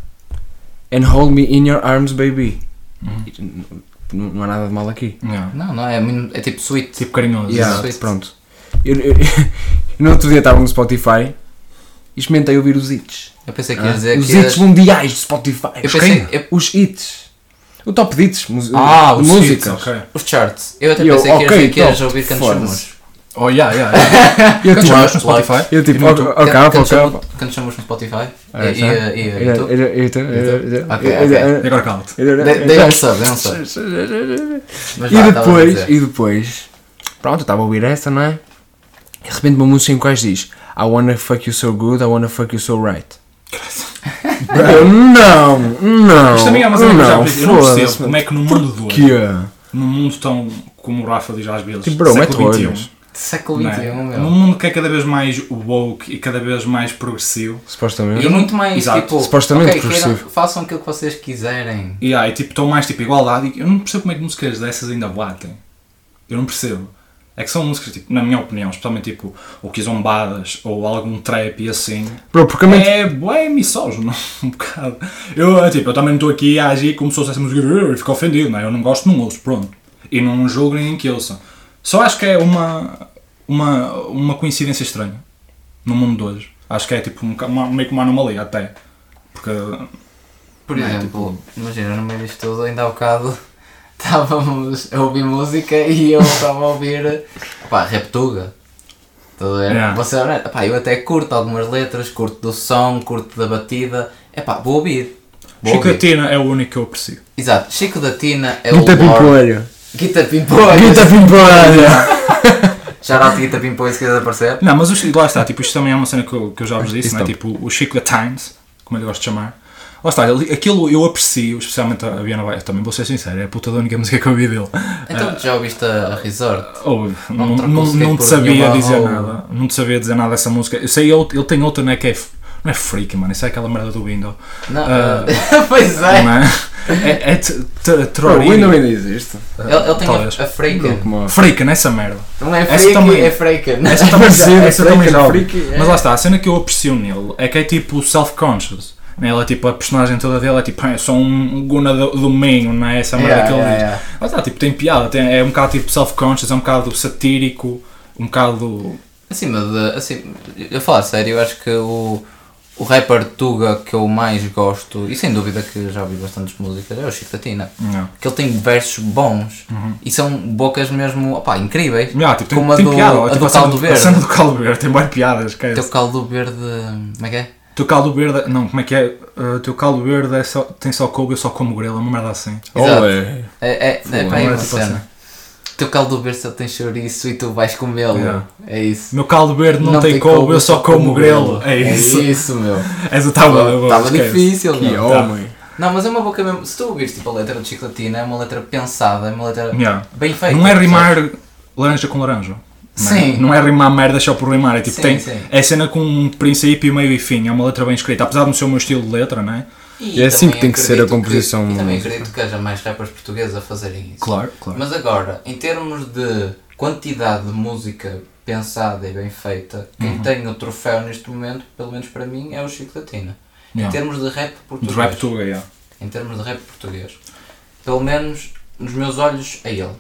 S4: And hold me in your arms, baby.
S2: Uhum.
S4: E n- n- Não há nada de mal aqui.
S2: Yeah.
S3: Não, não, é, muito- é tipo sweet.
S2: Tipo carinhoso.
S4: Yeah,
S2: exato.
S3: Sweet.
S4: pronto. Eu, eu- no outro dia estava no Spotify e experimentei ouvir os hits.
S3: Eu pensei que ia
S4: Ah. Os
S3: dizer que
S2: é
S4: hits
S3: ias...
S4: mundiais do Spotify.
S3: Eu
S4: Os
S3: pensei-
S4: quem?
S3: eu-
S4: Os hits. O top de hits. mus-
S2: Ah,
S4: de
S2: os
S4: músicas.
S2: hits, ok.
S3: Os charts. Eu até
S4: E eu,
S3: pensei que ias
S4: ok,
S3: dizer que ias
S4: top,
S3: ouvir cantos
S4: foda-se.
S3: famosos.
S2: Oh, yeah, yeah. yeah.
S4: Eu
S2: Cantos
S4: tipo,
S2: bons no Spotify.
S4: eu tipo,
S2: E no
S4: ok,
S2: YouTube.
S4: ok, ok.
S3: Quando chamamos no Spotify
S4: Ah,
S3: e, e, e, e
S4: já?
S3: YouTube.
S4: Era- era- era- era-
S3: Ok,
S4: era-
S3: ok.
S2: E agora cala-te.
S4: era-
S3: Dei dei um sub, dei um sub. Mas
S4: é, E
S3: vá, estava a
S4: depois,
S3: dizer.
S4: e depois, pronto, eu estava a ouvir essa, não é? E de repente uma música em quais diz I wanna fuck you so good, I wanna fuck you so right. Eu, não, não.
S2: Isto também é uma cena que eu já
S4: não,
S2: percebi. Eu não percebo
S4: foda-se,
S2: como é que num mundo do
S4: que
S2: hoje,
S4: é?
S2: num mundo tão como o Rafa diz às vezes,
S4: Tipo, bro, mete
S2: século XXI,
S4: olhos.
S3: Século
S2: né?
S3: XXI,
S2: num
S3: um, meu.
S2: mundo que é cada vez mais woke e cada vez mais progressivo,
S4: Supostamente.
S3: E é muito mais
S2: Exato.
S3: tipo.
S4: Supostamente
S3: ok, queiram-
S4: progressivo.
S3: façam aquilo que vocês quiserem.
S2: E aí, tipo, estão mais tipo igualdade. e Eu não percebo como é que músicas dessas ainda batem. Eu não percebo. É que são músicas, tipo, na minha opinião, especialmente tipo, ou que zombadas, ou algum trap e assim.
S4: Bro, porque a mente-
S2: É bué misógino, um bocado. Eu, eh, tipo, eu também não estou aqui a agir como se fosse essa música e fico ofendido, não é? Eu não gosto, não ouço, pronto. E não julgo nem que ouça. Só acho que é uma, uma, uma coincidência estranha no mundo de hoje. Acho que é tipo um, boca- uma, meio que uma anomalia até. Porque
S3: Por
S2: Não é,
S3: exemplo, Tipo, imagina, no meio disto tudo, ainda há bocado estávamos a ouvir música e eu estava a ouvir. Pá, Reptuga. Estás a ver?
S2: Yeah.
S3: Vou ser honesto. Epá, eu até curto algumas letras, curto do som, curto da batida. Epá, vou ouvir. Vou ouvir.
S2: Chicatina é o único que eu aprecio.
S3: Exato, Chico da Tina é
S4: Não
S3: o
S4: tem
S3: Lorde.
S4: pimpolho.
S3: Guita Pimpolha.
S4: Grita Pimpolha!
S3: Já não Guita Pimpolha se quiser aparecer.
S2: Não, mas o Chico- lá está, tipo, isto também é uma cena que eu, que eu já vos disse,
S4: Isso
S2: não é?
S4: não.
S2: Tipo, o Chico da Times, como eu gosto de chamar. Lá está, ele- aquilo eu aprecio, especialmente a Viana Vai, eu também vou ser sincero, é a puta da única música que eu ouvi dele.
S3: Então tu já ouviste a a Resort?
S2: Ou, não,
S3: outra
S2: não,
S3: música
S2: não
S3: que
S2: te
S3: é por
S2: sabia
S3: minha
S2: dizer
S3: barra, ou-
S2: nada, não te sabia dizer nada dessa música. Eu sei, ele, ele tem outra, né, que é, f- não é freak, mano, isso é aquela merda do Window.
S3: Não.
S2: Ah.
S3: eh, pois é.
S2: Não é? É, é t- t-
S4: O
S2: terrorismo.
S4: Window ainda existe.
S3: Ele, ele tem
S2: Talvez.
S3: a, a Freaken.
S4: Como é? a-
S2: Freak nessa merda.
S3: Não é
S2: Essa
S3: Freaky,
S2: também.
S3: é Freaken.
S2: Essa também
S4: Sim,
S2: já,
S4: essa
S2: essa também
S4: freak,
S2: já ouvi.
S4: freak, é.
S2: Mas lá está, a cena que eu aprecio nele é que é tipo self-conscious. Né? Ele é tipo, a personagem toda dele é tipo, "Ah, eu sou um guna do, do Minho, não é? Essa merda
S3: Yeah,
S2: que ele
S3: yeah,
S2: diz. Mas tá, tipo, tem piada, tem- é um bocado tipo self-conscious, é um bocado satírico, um bocado.
S3: Acima de. Assim, eu falar sério, eu acho que o, o rapper Tuga que eu mais gosto, e sem dúvida que já ouvi bastantes músicas, é o Chico da Tina.
S2: Não.
S3: Que ele tem versos bons
S2: Uhum.
S3: e são bocas mesmo opá, incríveis.
S2: Yeah, tipo, tem,
S3: como a
S2: tem
S3: do,
S2: piada,
S3: a
S2: tipo,
S3: do
S2: cena
S3: Caldo
S2: A cena
S3: Verde.
S2: do caldo verde, tem boas piadas, esquece.
S3: Teu caldo verde. Como é que é?
S2: Teu caldo verde, não, como é que é? Uh, teu caldo verde é só, tem só couve, eu só como grelo, uma merda assim.
S3: Exato.
S4: Oh, é.
S3: É, é, é, pá, é
S2: Agora,
S3: uma
S2: tipo
S3: cena. Teu caldo verde só tem chouriço e tu vais comê-lo.
S2: Yeah.
S3: É isso.
S2: Meu caldo verde não, tem, couve, eu só como grelo. É isso.
S3: É isso, meu.
S2: Essa estava
S3: Estava difícil,
S4: Que
S3: meu.
S4: homem.
S3: Não, mas é uma boca mesmo. Se tu ouvires tipo a letra do Chiclatina, é uma letra pensada, é uma letra
S2: Yeah.
S3: bem feita.
S2: Não é
S3: percebes?
S2: rimar laranja com laranja. não é?
S3: Sim.
S2: Não é rimar merda só por rimar. É tipo,
S3: Sim,
S2: tem.
S3: sim.
S2: É cena com um princípio, meio e fim. É uma letra bem escrita. Apesar de não ser o meu estilo de letra, não é?
S3: E
S4: É assim
S3: também
S4: que tem que ser a
S3: acredito
S4: composição
S3: Que, e também
S4: musical.
S3: acredito que haja mais rappers portugueses a fazerem isso.
S2: Claro, claro.
S3: Mas agora, em termos de quantidade de música pensada e bem feita, quem tem o troféu neste momento, pelo menos para mim, é o Chico da Tina. Em
S2: Yeah.
S3: termos de rap português.
S2: De rap tuga, yeah.
S3: Em termos de rap português. Pelo menos nos meus olhos é ele.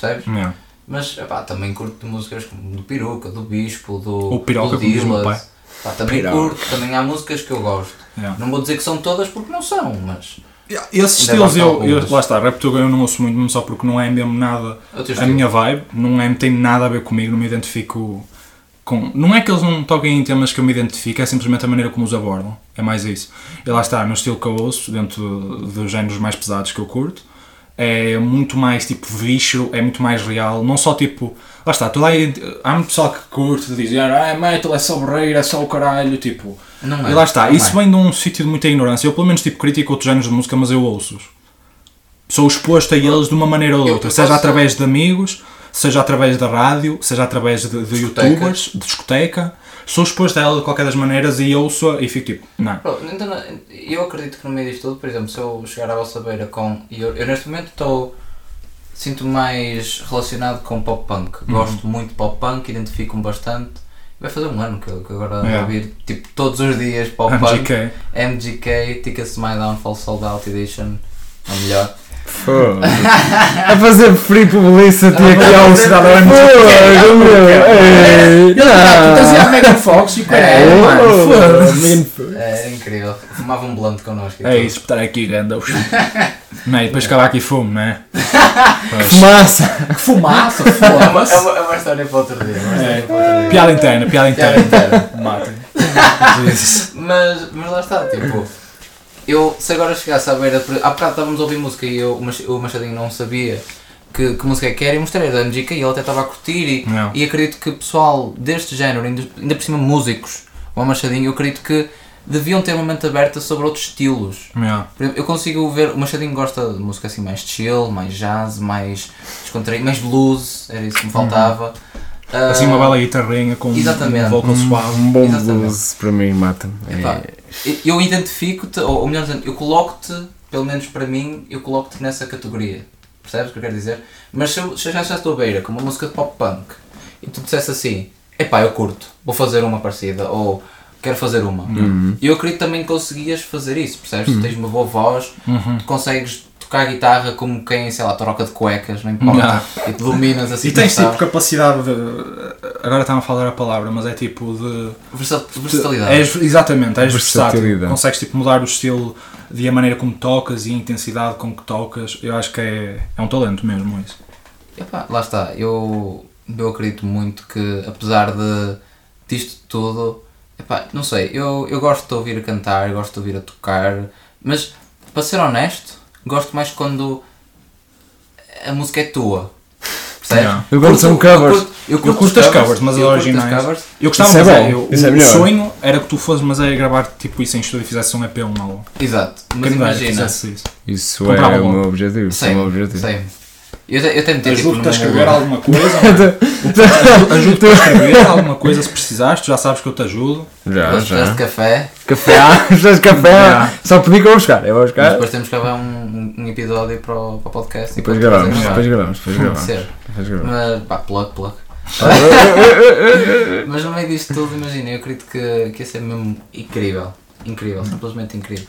S3: Percebes?
S2: Yeah.
S3: Mas epá, também curto de músicas como do Peruca, do Bispo, do,
S2: O Piroca,
S3: do
S2: como diz o meu
S3: Dillaz.
S2: pai.
S3: Pá, também
S4: Piroca.
S3: curto, também há músicas que eu gosto.
S2: Yeah.
S3: Não vou dizer que são todas porque não são, mas
S2: Yeah, Esses
S3: Ainda
S2: estilos,
S3: bem que
S2: eu, eu-
S3: algumas.
S2: lá está, rap tuga eu não ouço muito, não só porque não é mesmo nada
S3: é o
S2: a
S3: teu estilo.
S2: minha vibe, não é, tem nada a ver comigo, não me identifico com. Não é que eles não toquem em temas que eu me identifico, é simplesmente a maneira como os abordam. É mais isso. E lá está, no estilo que eu ouço, dentro dos géneros mais pesados que eu curto, é muito mais tipo víscero, é muito mais real, não só tipo. Lá está, toda a identi- há muito pessoal que curte de dizer ah, é metal, é só borreira, é só o caralho, tipo.
S3: Não é,
S2: e lá está,
S3: não
S2: isso
S3: é.
S2: vem de um sítio de muita ignorância. Eu pelo menos tipo critico outros géneros de música, mas eu ouço-os sou exposto a eles de uma maneira ou de
S3: Eu
S2: outra,
S3: posso-
S2: seja através de amigos, seja através da rádio, seja através de, de
S3: Discoteca.
S2: youtubers, de discoteca. Sou exposto a ela de qualquer das maneiras e ouço e fico tipo, não.
S3: Pô, então, eu acredito que no meio disto tudo, por exemplo, se eu chegar à vossa beira com. e Eu, eu neste momento estou. sinto mais relacionado com pop punk. Gosto muito de pop punk, identifico-me bastante. Vai fazer um ano que eu, que eu agora
S2: Yeah.
S3: ouvir tipo todos os dias pop punk.
S2: MGK.
S3: MGK, Tickets to My Downfall Sold Out Edition, ou melhor.
S4: Foda-se. A fazer free publicity
S3: Ah,
S4: aqui ao
S3: mas-
S4: cidadão Fogo, meu. Ei, não.
S2: Megan Fox e
S3: caralho,
S4: Oh,
S3: mano,
S4: man,
S3: É, era incrível. Fumava um blunt connosco.
S2: É isso, estar aqui, ganda. Não, e depois acabar aqui fumo, não é?
S4: Fumaça.
S2: Que fumaça,
S3: É uma, é, uma, é uma história para outro dia. é uma história para outro dia.
S2: Piada interna, piada
S3: Piada
S2: interna.
S3: interna.
S2: Mata. Jesus.
S3: Mas, mas lá está, tipo, eu se agora chegasse à beira. por- Há bocado estávamos a ouvir música e eu, o Mach- o Machadinho não sabia que, que música é que era e mostrei da MGK e ele até estava a curtir. E,
S2: Não.
S3: e acredito que pessoal deste género, ainda, ainda por cima músicos, ou Machadinho, eu acredito que deviam ter uma mente aberta sobre outros estilos.
S2: Yeah.
S3: Por exemplo, Eu consigo ver, o Machadinho gosta de música assim mais chill, mais jazz, mais descontraído, mais blues, era isso que me faltava. Ah,
S2: Assim uma bela guitarrinha com
S3: Exatamente.
S2: um vocal suave.
S4: Um bom
S3: Exatamente.
S4: blues para mim mata-me.
S3: Epá,
S4: É.
S3: eu identifico-te, ou, ou melhor dizendo, eu coloco-te, pelo menos para mim, eu coloco-te nessa categoria. Percebes o que eu quero dizer? Mas se eu se eu chegasse à tua beira com uma música de pop punk e tu dissesse assim, epá, eu curto, vou fazer uma parecida, ou quero fazer uma.
S2: Uhum.
S3: Eu acredito também que conseguias fazer isso, percebes? Tu tens uma boa voz,
S2: Uhum.
S3: tu consegues tocar guitarra como quem, sei lá, troca de cuecas, não importa, e te dominas assim.
S2: E tens
S3: como
S2: tipo
S3: está.
S2: capacidade de. Agora estava a falar a palavra, mas é tipo de.
S3: Versa- versatilidade.
S2: És- exatamente, és versátil.
S4: Versatilidade.
S2: Consegues tipo, mudar o estilo e a maneira como tocas e a intensidade com que tocas. Eu acho que é, é um talento mesmo isso.
S3: Epá, lá está, eu, eu acredito muito que apesar de disto tudo, epá, não sei, eu, eu gosto de ouvir a cantar, gosto de ouvir a tocar, mas para ser honesto, gosto mais quando a música é tua. Percebes?
S2: Yeah.
S4: Eu gosto são
S3: Curto-
S4: covers.
S3: Eu curto, eu
S2: um Eu curto as covers, mas
S3: eu
S2: as
S3: curto
S2: originais.
S3: as covers.
S2: Eu gostava
S4: Isso é
S2: de fazer.
S4: bom,
S2: eu-
S4: isso é
S2: o
S4: melhor.
S2: sonho era que tu fosses, mas é gravar tipo isso em estúdio e fizesse um EP, um álbum.
S3: Exato, mas
S2: Quem me dera que
S3: imagina. Tipo,
S2: fizesse isso.
S4: Isso
S2: Comprava
S4: é o
S2: logo.
S4: meu objetivo. Isso é o meu
S2: tipo.
S4: objetivo.
S3: sei. Eu, te- eu até meti tipo,
S2: Ajudo-te a
S3: num-
S2: escrever alguma coisa. Ajudo-te a escrever alguma coisa se precisares, tu já sabes que eu te ajudo.
S4: Já,
S3: Depois
S4: já.
S3: de café,
S4: Café, ah, precisas de café. ah.
S2: Já.
S4: Só pedi que eu vou buscar. Eu vou
S3: mas
S2: É?
S4: buscar.
S3: depois temos que gravar um, um episódio para o, para o podcast.
S4: Depois
S3: enquanto
S4: gravamos,
S3: estás a
S4: depois
S3: gravar.
S4: gravamos, depois gravamos.
S3: Ser.
S4: Depois gravamos.
S3: Mas pá, plug, plug. Mas é no meio disto tudo, imagina, eu acredito que, que ia ser mesmo incrível. Incrível, simplesmente incrível.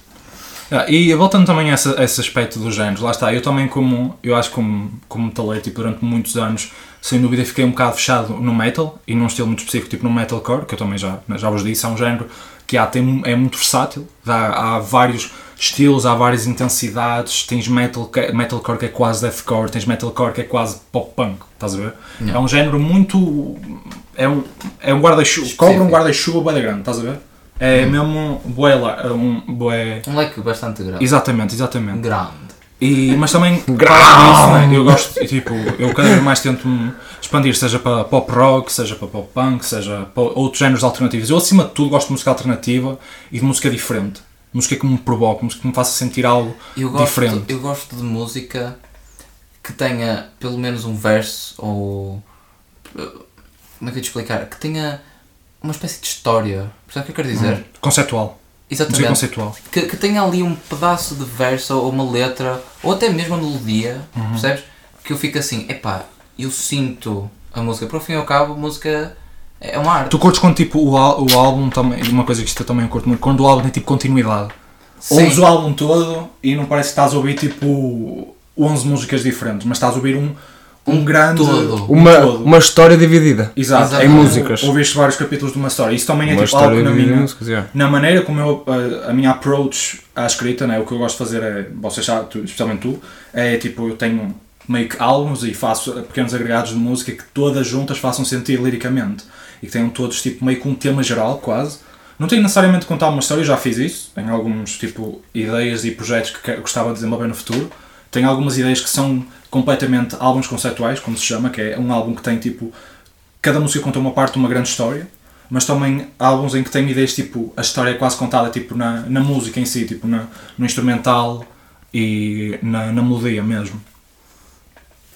S2: Ah, e voltando também a essa- a esse, aspecto dos géneros, lá está, eu também como, eu acho que como, como metaleiro, tipo, durante muitos anos, sem dúvida fiquei um bocado fechado no metal, e num estilo muito específico, tipo no metalcore, que eu também já, já vos disse, é um género que há, tem, é muito versátil, dá, há vários estilos, há várias intensidades, tens metal, que- metalcore que é quase deathcore, tens metalcore que é quase pop-punk, estás a ver? É um género muito... é um, é um guarda-chuva, cobra um guarda-chuva bué da grande, estás a ver? É mesmo bué, la- um bué...
S3: Um leque bastante grande.
S2: Exatamente, exatamente.
S3: Grande.
S2: E, mas também gosto disso, né? eu gosto, e, tipo, eu cada vez mais tento me expandir, seja para pop rock, seja para pop punk, seja para outros géneros alternativos. Eu acima de tudo gosto de música alternativa e de música diferente. Música que me provoque, música que me faça sentir algo
S3: Eu gosto,
S2: diferente.
S3: eu gosto de música que tenha pelo menos um verso ou. Como é que eu ia te explicar? Que tenha uma espécie de história. Percebe o que eu quero dizer?
S2: Uhum. Conceptual. Música
S3: Exatamente.
S2: conceptual.
S3: Que, que tenha ali um pedaço de verso ou uma letra ou até mesmo uma melodia, percebes? Que eu fico assim, epá, eu sinto a música. Para o fim e ao cabo, a música é uma arte.
S2: Tu curtes quando tipo, o, al- o álbum também, e uma coisa que isto eu também curto muito, quando o álbum tem tipo continuidade.
S3: Sim.
S2: Ouves o álbum todo e não parece que estás a ouvir tipo 11 músicas diferentes, mas estás a ouvir um, um, grande
S3: todo.
S2: um
S4: Uma,
S2: todo.
S4: uma história dividida.
S2: Exato.
S3: Exato.
S4: Em músicas.
S2: Ouviste vários capítulos de uma história. Isso também é
S4: Uma
S2: tipo algo
S4: história
S2: que na
S4: dividida em
S2: minha,
S4: músicas, yeah.
S2: na maneira como eu, eh, a, a minha approach à escrita, né, o que eu gosto de fazer é, vocês sabem, tu- especialmente tu, é tipo, eu tenho meio que álbuns e faço eh, pequenos agregados de música que todas juntas façam sentido liricamente e que tenham todos tipo meio que um tema geral quase. Não tenho necessariamente de contar uma história, eu já fiz isso, tenho alguns tipo ideias e projetos que que- gostava de desenvolver no futuro. Tenho algumas ideias que são completamente álbuns conceptuais, como se chama, que é um álbum que tem tipo cada música conta uma parte de uma grande história, mas também há álbuns em que tem ideias tipo a história é quase contada tipo na, na música em si, tipo na, no instrumental e na, na melodia mesmo.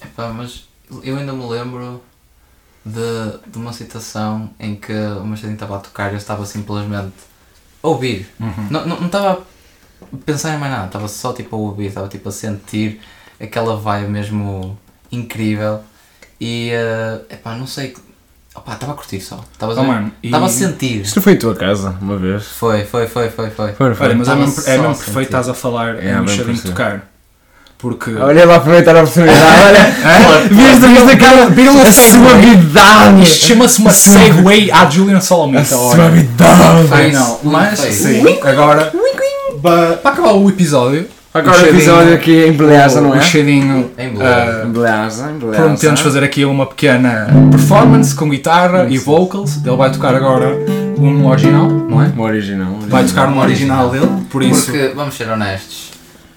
S3: Epá, mas eu ainda me lembro de, de uma situação em que o Machadinho estava a tocar e eu estava simplesmente a ouvir.
S2: Uhum.
S3: Não, não, não estava a pensar em mais nada, estava só tipo a ouvir, estava tipo a sentir aquela vibe mesmo incrível. E, eh, epá, não sei, opá, estava a curtir só. Estava
S4: é-
S2: Oh,
S3: a,
S2: mano,
S3: ver?
S2: e-
S3: estava a sentir.
S4: Isto foi em tua casa, uma vez.
S3: Foi, foi, foi, foi, foi.
S4: Foi, foi.
S2: Olha, mas é
S3: Tava
S2: mesmo, é
S3: só
S2: mesmo
S3: a sentir.
S2: perfeito estás a falar
S4: É,
S2: no
S4: mesmo
S2: Chadinho
S4: perfeito.
S2: tocar. Porque
S4: Olha lá aproveitar a oportunidade, olha. É? Viste, viste aquela
S2: Pila
S4: a
S2: segue. isto
S4: suavidade.
S2: chama-se uma segue à Julian
S4: A
S2: Solomita. olha.
S4: suavidade.
S2: Ai,
S3: Face,
S2: não,
S3: um
S2: mas
S3: face.
S2: sim, agora ba- para acabar o episódio,
S4: é Agora o episódio aqui em beleza, não é?
S2: o Chadinho
S3: Em beleza.
S2: ah,
S4: Em beleza, em beleza.
S3: é?
S2: Prometemos fazer aqui uma pequena performance com guitarra e vocals. Ele vai tocar agora um original, não é?
S4: Uma original. uma
S2: Vai
S4: original.
S2: tocar um original dele, por isso.
S3: Porque, vamos ser honestos,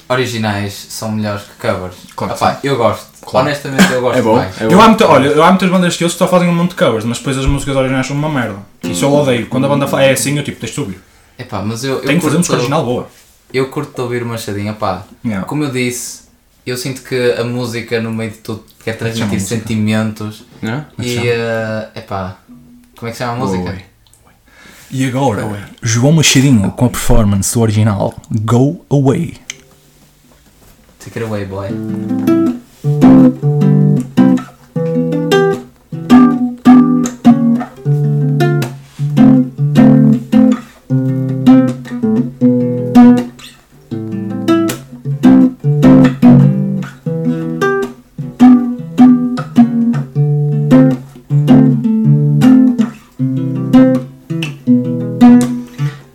S3: originais são melhores que covers.
S2: Claro que
S3: Opá, eu gosto. Honestamente, eu gosto
S4: É bom,
S3: mais.
S4: é
S2: Eu há
S4: bom.
S2: muita, olha, eu há muitas bandas que eu só fazem um monte de covers, mas depois as músicas originais são uma merda. Isso eu odeio. Quando a banda fa- é assim, eu tipo, tens de subir.
S3: Epá, mas eu, eu
S2: Tenho que fazer música
S3: curto-
S2: original boa.
S3: Eu curto de ouvir o Machadinho, pá.
S2: Yeah.
S3: Como eu disse, eu sinto que a música no meio de tudo quer transmitir sentimentos
S4: Não?
S3: e eh, epá, como é que se chama a música?
S4: Oi.
S2: E agora, João Machadinho com a performance do original Go Away.
S3: Take it away, boy.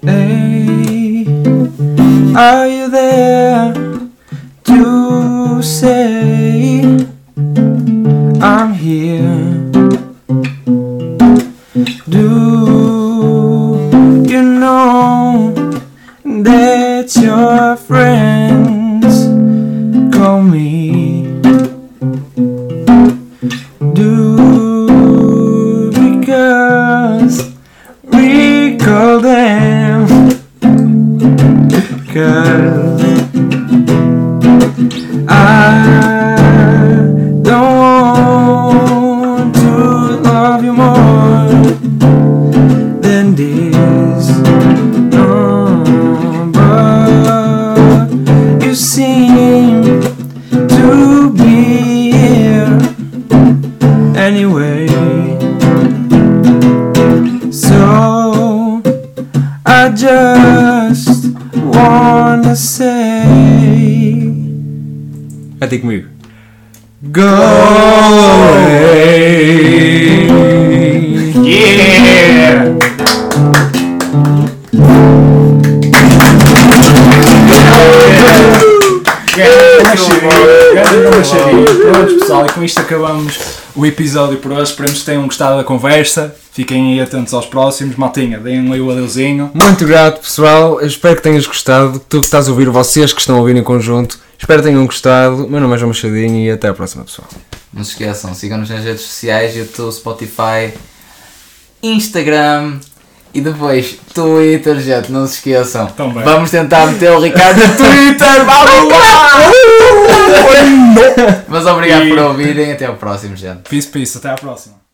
S4: Hey, are you there to say I'm here? Do you know that your friends call me
S1: just wanna say
S4: Até É tipo comigo.
S1: Go away
S2: Yeah! Pronto, pessoal, e com isto acabamos o episódio por hoje. Esperamos que tenham gostado da conversa. Fiquem aí atentos aos próximos. Maltinha, deem um aí o adeuzinho.
S4: Muito grato, pessoal. Eu espero que tenhas gostado. Tu que estás a ouvir, vocês que estão a ouvir em conjunto. Espero que tenham gostado. Meu nome é João Machadinho e até à próxima, pessoal.
S3: Não se esqueçam, sigam-nos nas redes sociais, YouTube, Spotify, Instagram e depois Twitter, gente, não se esqueçam.
S2: Também.
S3: Vamos tentar meter o Ricardo no Twitter, vamos lá! Mas obrigado
S2: E-
S3: por ouvirem, até ao próximo, gente.
S2: Peace, peace. Até à próxima.